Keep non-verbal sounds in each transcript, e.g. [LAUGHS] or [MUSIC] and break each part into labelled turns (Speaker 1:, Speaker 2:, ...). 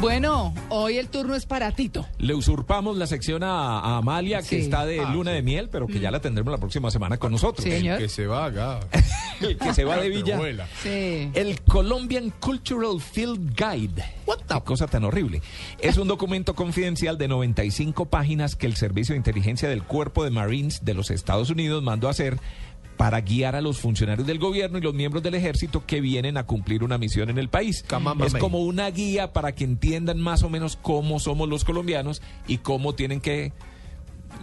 Speaker 1: Bueno, hoy el turno es para Tito.
Speaker 2: Le usurpamos la sección a, a Amalia, que
Speaker 1: Sí. Mm.
Speaker 2: está de luna de miel, pero que ya la tendremos la próxima semana con nosotros.
Speaker 1: Sí, señor.
Speaker 3: Que se
Speaker 2: [LAUGHS]
Speaker 3: vaga.
Speaker 2: El que se va de Villa.
Speaker 3: vuela.
Speaker 1: Sí.
Speaker 2: El Colombian Cultural Field Guide. Qué cosa tan horrible. Es un documento confidencial de 95 páginas que el Servicio de Inteligencia del Cuerpo de Marines de los Estados Unidos mandó a hacer para guiar a los funcionarios del gobierno y los miembros del ejército que vienen a cumplir una misión en el país.
Speaker 3: Camama,
Speaker 2: es
Speaker 3: mey.
Speaker 2: como una guía para que entiendan más o menos cómo somos los colombianos y cómo tienen que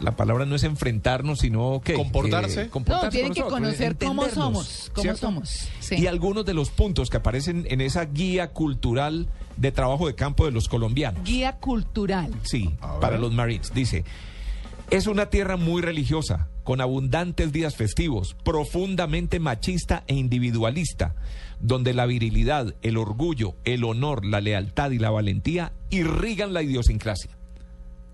Speaker 2: la palabra no es enfrentarnos, sino que
Speaker 3: Comportarse.
Speaker 2: que comportarse
Speaker 1: No, tienen
Speaker 2: con
Speaker 1: que
Speaker 2: nosotros,
Speaker 1: conocer cómo
Speaker 2: entendernos,
Speaker 1: somos. Cómo
Speaker 2: ¿cierto?
Speaker 1: somos. Sí.
Speaker 2: Y algunos de los puntos que aparecen en esa guía cultural de trabajo de campo de los colombianos.
Speaker 1: Guía cultural.
Speaker 2: Sí,
Speaker 3: A ver.
Speaker 2: para los Marines. Dice, es una tierra muy religiosa, con abundantes días festivos, profundamente machista e individualista, donde la virilidad, el orgullo, el honor, la lealtad y la valentía irrigan la idiosincrasia.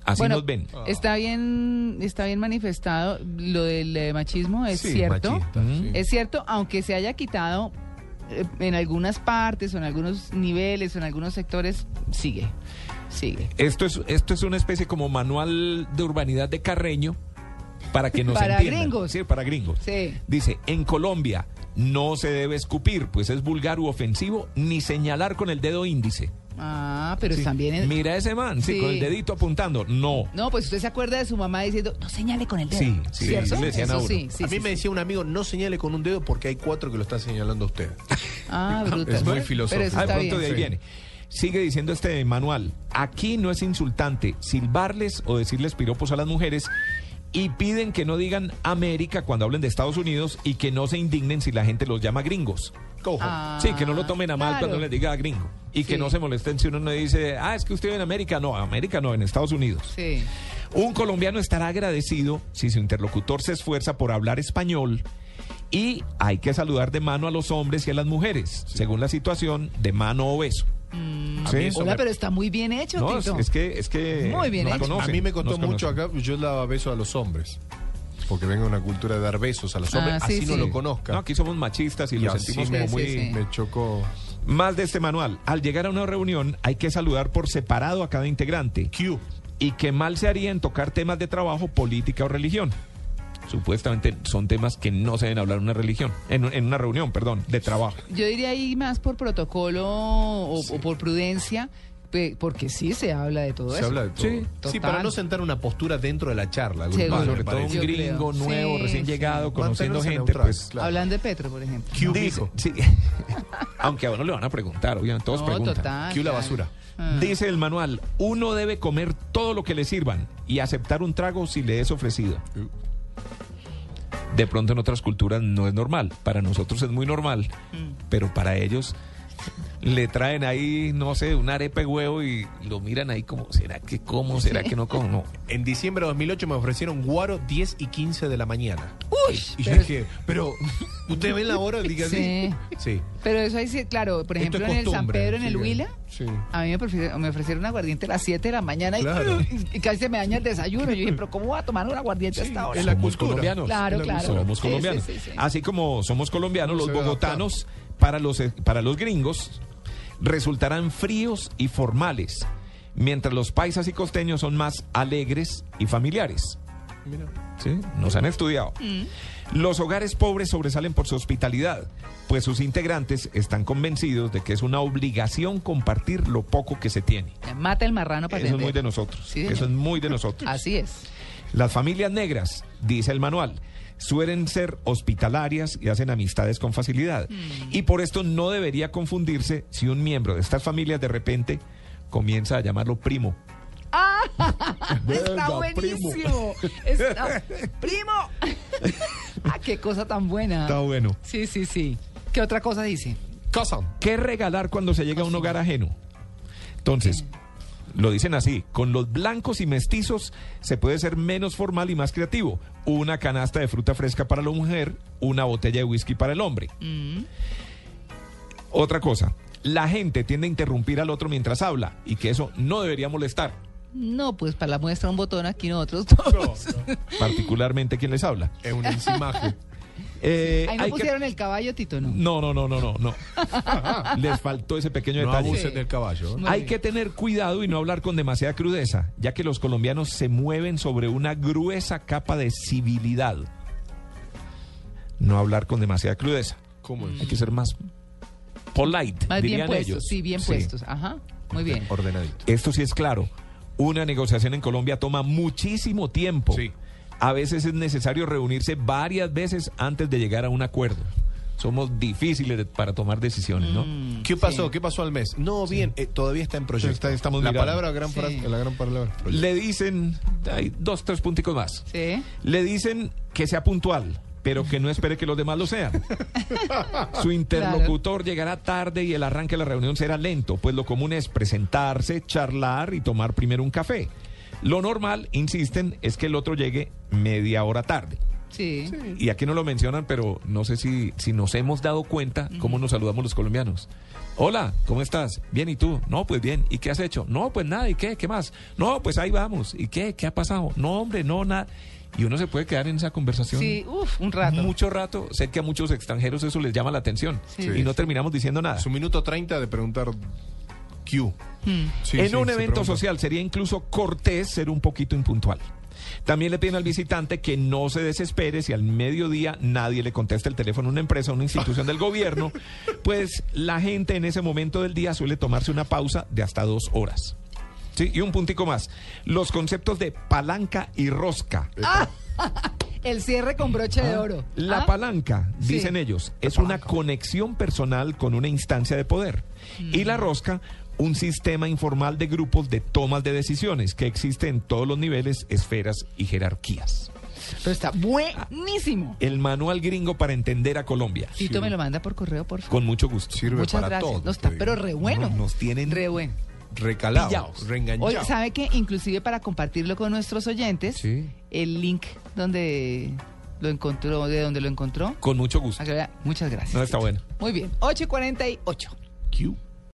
Speaker 2: Así
Speaker 1: bueno,
Speaker 2: nos ven.
Speaker 3: Ah,
Speaker 1: está bien, está bien manifestado lo del eh, machismo, es
Speaker 3: Sí,
Speaker 1: cierto.
Speaker 3: machista, sí.
Speaker 1: Es cierto, aunque se haya quitado eh, en algunas partes, o en algunos niveles, o en algunos sectores, sigue, sigue.
Speaker 2: Esto es, esto es una especie como manual de urbanidad de Carreño para que nos
Speaker 1: Para
Speaker 2: entiendan.
Speaker 1: gringos.
Speaker 2: Sí, para gringos.
Speaker 1: Sí.
Speaker 2: Dice, en Colombia no se debe escupir, pues es vulgar u ofensivo, ni señalar con el dedo índice.
Speaker 1: Ah, pero también. es-
Speaker 2: Mira ese man, sí,
Speaker 1: Sí.
Speaker 2: con el dedito apuntando. No.
Speaker 1: No, pues usted se acuerda de su mamá diciendo, no señale con el dedo.
Speaker 2: Sí, sí,
Speaker 1: ¿cierto?
Speaker 2: le decían a
Speaker 1: Eso
Speaker 2: uno.
Speaker 1: sí, sí,
Speaker 3: a mí
Speaker 1: sí,
Speaker 3: me
Speaker 1: sí.
Speaker 3: decía un amigo, no señale con un dedo porque hay cuatro que lo están señalando a usted.
Speaker 1: Ah, brutal.
Speaker 3: Es muy
Speaker 1: Pero
Speaker 3: filosófico.
Speaker 1: eso
Speaker 2: Ah, de
Speaker 1: está
Speaker 2: pronto
Speaker 1: bien.
Speaker 2: de ahí
Speaker 3: sí.
Speaker 2: viene. Sigue diciendo este manual, aquí no es insultante silbarles o decirles piropos a las mujeres y piden que no digan América cuando hablen de Estados Unidos y que no se indignen si la gente los llama gringos.
Speaker 3: Cojo.
Speaker 1: Ah,
Speaker 2: Sí, que no lo tomen a mal
Speaker 1: claro.
Speaker 2: cuando les diga gringo. Y que
Speaker 1: Sí.
Speaker 2: no se molesten si uno no dice, ah, es que usted vive en América. No, América no, en Estados Unidos.
Speaker 1: Sí.
Speaker 2: Un colombiano estará agradecido si su interlocutor se esfuerza por hablar español. Y hay que saludar de mano a los hombres y a las mujeres, según la situación, de mano o beso.
Speaker 3: A
Speaker 2: Sí.
Speaker 3: mí eso
Speaker 1: Mm. Hola,
Speaker 3: me-
Speaker 1: pero está muy bien hecho,
Speaker 2: No, es,
Speaker 1: Tito.
Speaker 2: es que, es que
Speaker 1: Muy bien
Speaker 2: nos
Speaker 1: hecho.
Speaker 2: conocen,
Speaker 3: a mí me costó
Speaker 2: nos
Speaker 3: mucho
Speaker 2: conocen.
Speaker 3: acá, yo daba besos a los hombres. Porque vengo de una cultura de dar besos a los
Speaker 1: Ah,
Speaker 3: hombres,
Speaker 1: sí,
Speaker 3: así no
Speaker 1: sí.
Speaker 3: lo conozca.
Speaker 2: No, aquí somos machistas y,
Speaker 3: y
Speaker 2: lo
Speaker 3: así
Speaker 2: sentimos
Speaker 3: me,
Speaker 2: como muy...
Speaker 1: Sí, sí, sí.
Speaker 3: me chocó.
Speaker 2: Más de este manual. Al llegar a una reunión hay que saludar por separado a cada integrante.
Speaker 3: Q.
Speaker 2: y que mal se haría en tocar temas de trabajo, política o religión. Supuestamente son temas que no se deben hablar en una religión, en, en una reunión, perdón, de trabajo.
Speaker 1: Yo diría ahí más por protocolo o, o por prudencia, pe- porque sí se habla de todo
Speaker 3: Se
Speaker 1: eso.
Speaker 3: habla de todo.
Speaker 2: Sí,
Speaker 3: Sí,
Speaker 1: total.
Speaker 3: para no sentar una postura dentro de la charla. grupal,
Speaker 1: Seguro.
Speaker 3: me
Speaker 2: Sobre todo un
Speaker 3: parece.
Speaker 1: Yo
Speaker 2: gringo
Speaker 1: creo.
Speaker 2: nuevo,
Speaker 1: Sí,
Speaker 2: recién
Speaker 1: sí.
Speaker 2: llegado, conociendo
Speaker 3: Mantenerse
Speaker 2: gente,
Speaker 3: neutral,
Speaker 2: pues.
Speaker 3: claro.
Speaker 1: Hablando de Petro, por ejemplo.
Speaker 3: Q
Speaker 2: dice-
Speaker 3: dijo.
Speaker 2: sí. [LAUGHS] Aunque a uno le van a preguntar, obviamente, todos
Speaker 1: No,
Speaker 2: preguntan.
Speaker 1: total,
Speaker 3: Q la
Speaker 1: claro.
Speaker 3: basura.
Speaker 1: Ah.
Speaker 2: Dice el manual, uno debe comer todo lo que le sirvan y aceptar un trago si le es ofrecido. De pronto en otras culturas no es normal, para nosotros es muy normal,
Speaker 1: Mm.
Speaker 2: pero para ellos le traen ahí, no sé, una arepa de huevo y lo miran ahí como, ¿será que como? ¿Será que no como? No.
Speaker 3: En diciembre de 2008 me ofrecieron guaro 10 y 15 de la mañana.
Speaker 1: Uy,
Speaker 3: Y yo
Speaker 1: pero,
Speaker 3: dije, pero ¿usted ve la hora? Diga
Speaker 1: Sí.
Speaker 3: sí. Sí.
Speaker 1: pero eso ahí sí, claro, por
Speaker 3: Esto
Speaker 1: ejemplo,
Speaker 3: es
Speaker 1: en el San
Speaker 3: costumbre,
Speaker 1: Pedro, en el
Speaker 3: sí,
Speaker 1: Huila,
Speaker 3: sí.
Speaker 1: a mí me, prefi- me ofrecieron un aguardiente a las 7 de la mañana y,
Speaker 3: Claro.
Speaker 1: y casi se me daña el desayuno. Yo dije, pero ¿cómo voy a tomar un aguardiente hasta ahora?
Speaker 3: es la
Speaker 2: Pues somos
Speaker 3: cultura.
Speaker 2: colombianos.
Speaker 1: Claro,
Speaker 2: Es la
Speaker 1: claro.
Speaker 2: cultura. Somos
Speaker 1: Sí,
Speaker 2: colombianos.
Speaker 1: sí, sí, sí.
Speaker 2: Así como somos colombianos,
Speaker 3: Uno
Speaker 2: los
Speaker 3: se debe
Speaker 2: bogotanos para los, eh, para los gringos resultarán fríos y formales, mientras los paisas y costeños son más alegres y familiares. ¿Sí? Nos han estudiado.
Speaker 1: Mm.
Speaker 2: Los hogares pobres sobresalen por su hospitalidad, pues sus integrantes están convencidos de que es una obligación compartir lo poco que se tiene.
Speaker 1: Mata el marrano para
Speaker 2: Eso es muy
Speaker 1: vender.
Speaker 2: de nosotros.
Speaker 1: Sí, señor.
Speaker 2: Eso es muy de nosotros.
Speaker 1: Así es.
Speaker 2: Las familias negras, dice el manual, suelen ser hospitalarias y hacen amistades con facilidad. Y por esto no debería confundirse si un miembro de estas familias de repente comienza a llamarlo primo.
Speaker 1: Ah, Está buenísimo.
Speaker 3: [LAUGHS]
Speaker 1: Está- Primo. ah, qué cosa tan buena.
Speaker 2: bueno.
Speaker 1: Sí, sí, sí. ¿Qué otra cosa dice?
Speaker 3: Cousin.
Speaker 2: ¿Qué regalar cuando se llega a un hogar ajeno? Entonces, lo dicen así, con los blancos y mestizos se puede ser menos formal y más creativo. Una canasta de fruta fresca para la mujer, una botella de whisky para el hombre.
Speaker 3: Mm.
Speaker 2: Otra cosa, la gente tiende a interrumpir al otro mientras habla y que eso no debería molestar,
Speaker 1: No, pues para la muestra un botón aquí nosotros todos.
Speaker 2: particularmente quien les habla.
Speaker 3: Es un encimaje.
Speaker 2: Eh,
Speaker 1: Ahí no
Speaker 2: hay que-
Speaker 1: pusieron el caballo, Tito, no.
Speaker 2: No, no, no, no, no,
Speaker 1: [LAUGHS]
Speaker 2: no. Les faltó ese pequeño
Speaker 3: No
Speaker 2: detalle.
Speaker 3: abusen del caballo. ¿eh?
Speaker 1: Muy
Speaker 2: Hay
Speaker 1: bien.
Speaker 2: que tener cuidado y no hablar con demasiada crudeza, ya que los colombianos se mueven sobre una gruesa capa de civilidad. No hablar con demasiada crudeza.
Speaker 3: ¿Cómo es?
Speaker 2: Hay que ser más polite,
Speaker 1: Más bien
Speaker 2: dirían
Speaker 1: puestos,
Speaker 2: ellos.
Speaker 1: sí, bien puestos. Ajá, muy bien.
Speaker 3: Ordenadito.
Speaker 2: Esto sí es claro. Una negociación en Colombia toma muchísimo tiempo.
Speaker 3: Sí.
Speaker 2: A veces es necesario reunirse varias veces antes de llegar a un acuerdo. Somos difíciles de- para tomar decisiones, ¿no?
Speaker 1: Mm.
Speaker 3: ¿Qué pasó? ¿Qué pasó al mes? No, bien, eh, todavía está en proyecto.
Speaker 2: Está- estamos
Speaker 3: la
Speaker 2: mirando.
Speaker 3: palabra, gran frase,
Speaker 1: Sí.
Speaker 3: la gran palabra.
Speaker 2: Le dicen, hay dos, tres punticos más.
Speaker 1: Sí.
Speaker 2: Le dicen que sea puntual, pero que no espere que los demás lo sean. Su interlocutor llegará tarde y el arranque de la reunión será lento, pues lo común es presentarse, charlar y tomar primero un café. Lo normal, insisten, es que el otro llegue media hora tarde.
Speaker 1: Sí.
Speaker 2: Y aquí no lo mencionan, pero no sé si, si nos hemos dado cuenta cómo nos saludamos los colombianos. Hola, ¿cómo estás? Bien, ¿y tú? No, pues bien. ¿Y qué has hecho? No, pues nada. ¿Y qué? ¿Qué más? No, pues ahí vamos. ¿Y qué? ¿Qué ha pasado? No, hombre, no, nada. Y uno se puede quedar en esa conversación
Speaker 1: Sí, uf, un rato.
Speaker 2: mucho rato. Sé que a muchos extranjeros eso les llama la atención.
Speaker 1: Sí.
Speaker 2: Y no terminamos diciendo nada.
Speaker 3: Su minuto 30 de preguntar Q.
Speaker 1: Mm.
Speaker 3: Sí,
Speaker 2: en
Speaker 3: sí,
Speaker 2: un
Speaker 3: se
Speaker 2: evento
Speaker 3: pregunta.
Speaker 2: social sería incluso cortés ser un poquito impuntual. También le piden al visitante que no se desespere si al mediodía nadie le contesta el teléfono a una empresa, a una institución del
Speaker 3: [LAUGHS]
Speaker 2: gobierno, pues la gente en ese momento del día suele tomarse una pausa de hasta dos horas. Sí, y un puntico más. Los conceptos de palanca y rosca.
Speaker 1: El cierre con broche de oro.
Speaker 2: La
Speaker 1: Ah,
Speaker 2: palanca,
Speaker 1: Sí.
Speaker 2: dicen ellos, es una conexión personal con una instancia de poder. Y
Speaker 1: Mm.
Speaker 2: la rosca, un sistema informal de grupos de tomas de decisiones que existe en todos los niveles, esferas y jerarquías.
Speaker 1: Pero está buenísimo.
Speaker 2: El manual gringo para entender a Colombia.
Speaker 1: Tito me lo manda por correo, por favor.
Speaker 2: Con mucho gusto.
Speaker 3: Sirve
Speaker 1: Muchas
Speaker 3: para
Speaker 1: gracias.
Speaker 3: todo.
Speaker 1: no está,
Speaker 3: te digo.
Speaker 1: pero re bueno.
Speaker 2: No, nos tienen-
Speaker 1: Re bueno.
Speaker 3: Recalados,
Speaker 2: Pillaos.
Speaker 3: reenganchados.
Speaker 1: Oye, ¿sabe que Inclusive para compartirlo con nuestros oyentes,
Speaker 3: Sí.
Speaker 1: el link donde lo encontró, de donde lo encontró.
Speaker 2: Con mucho gusto.
Speaker 1: Muchas gracias.
Speaker 2: No, está bueno.
Speaker 1: Muy bien, 8.48.
Speaker 3: Q.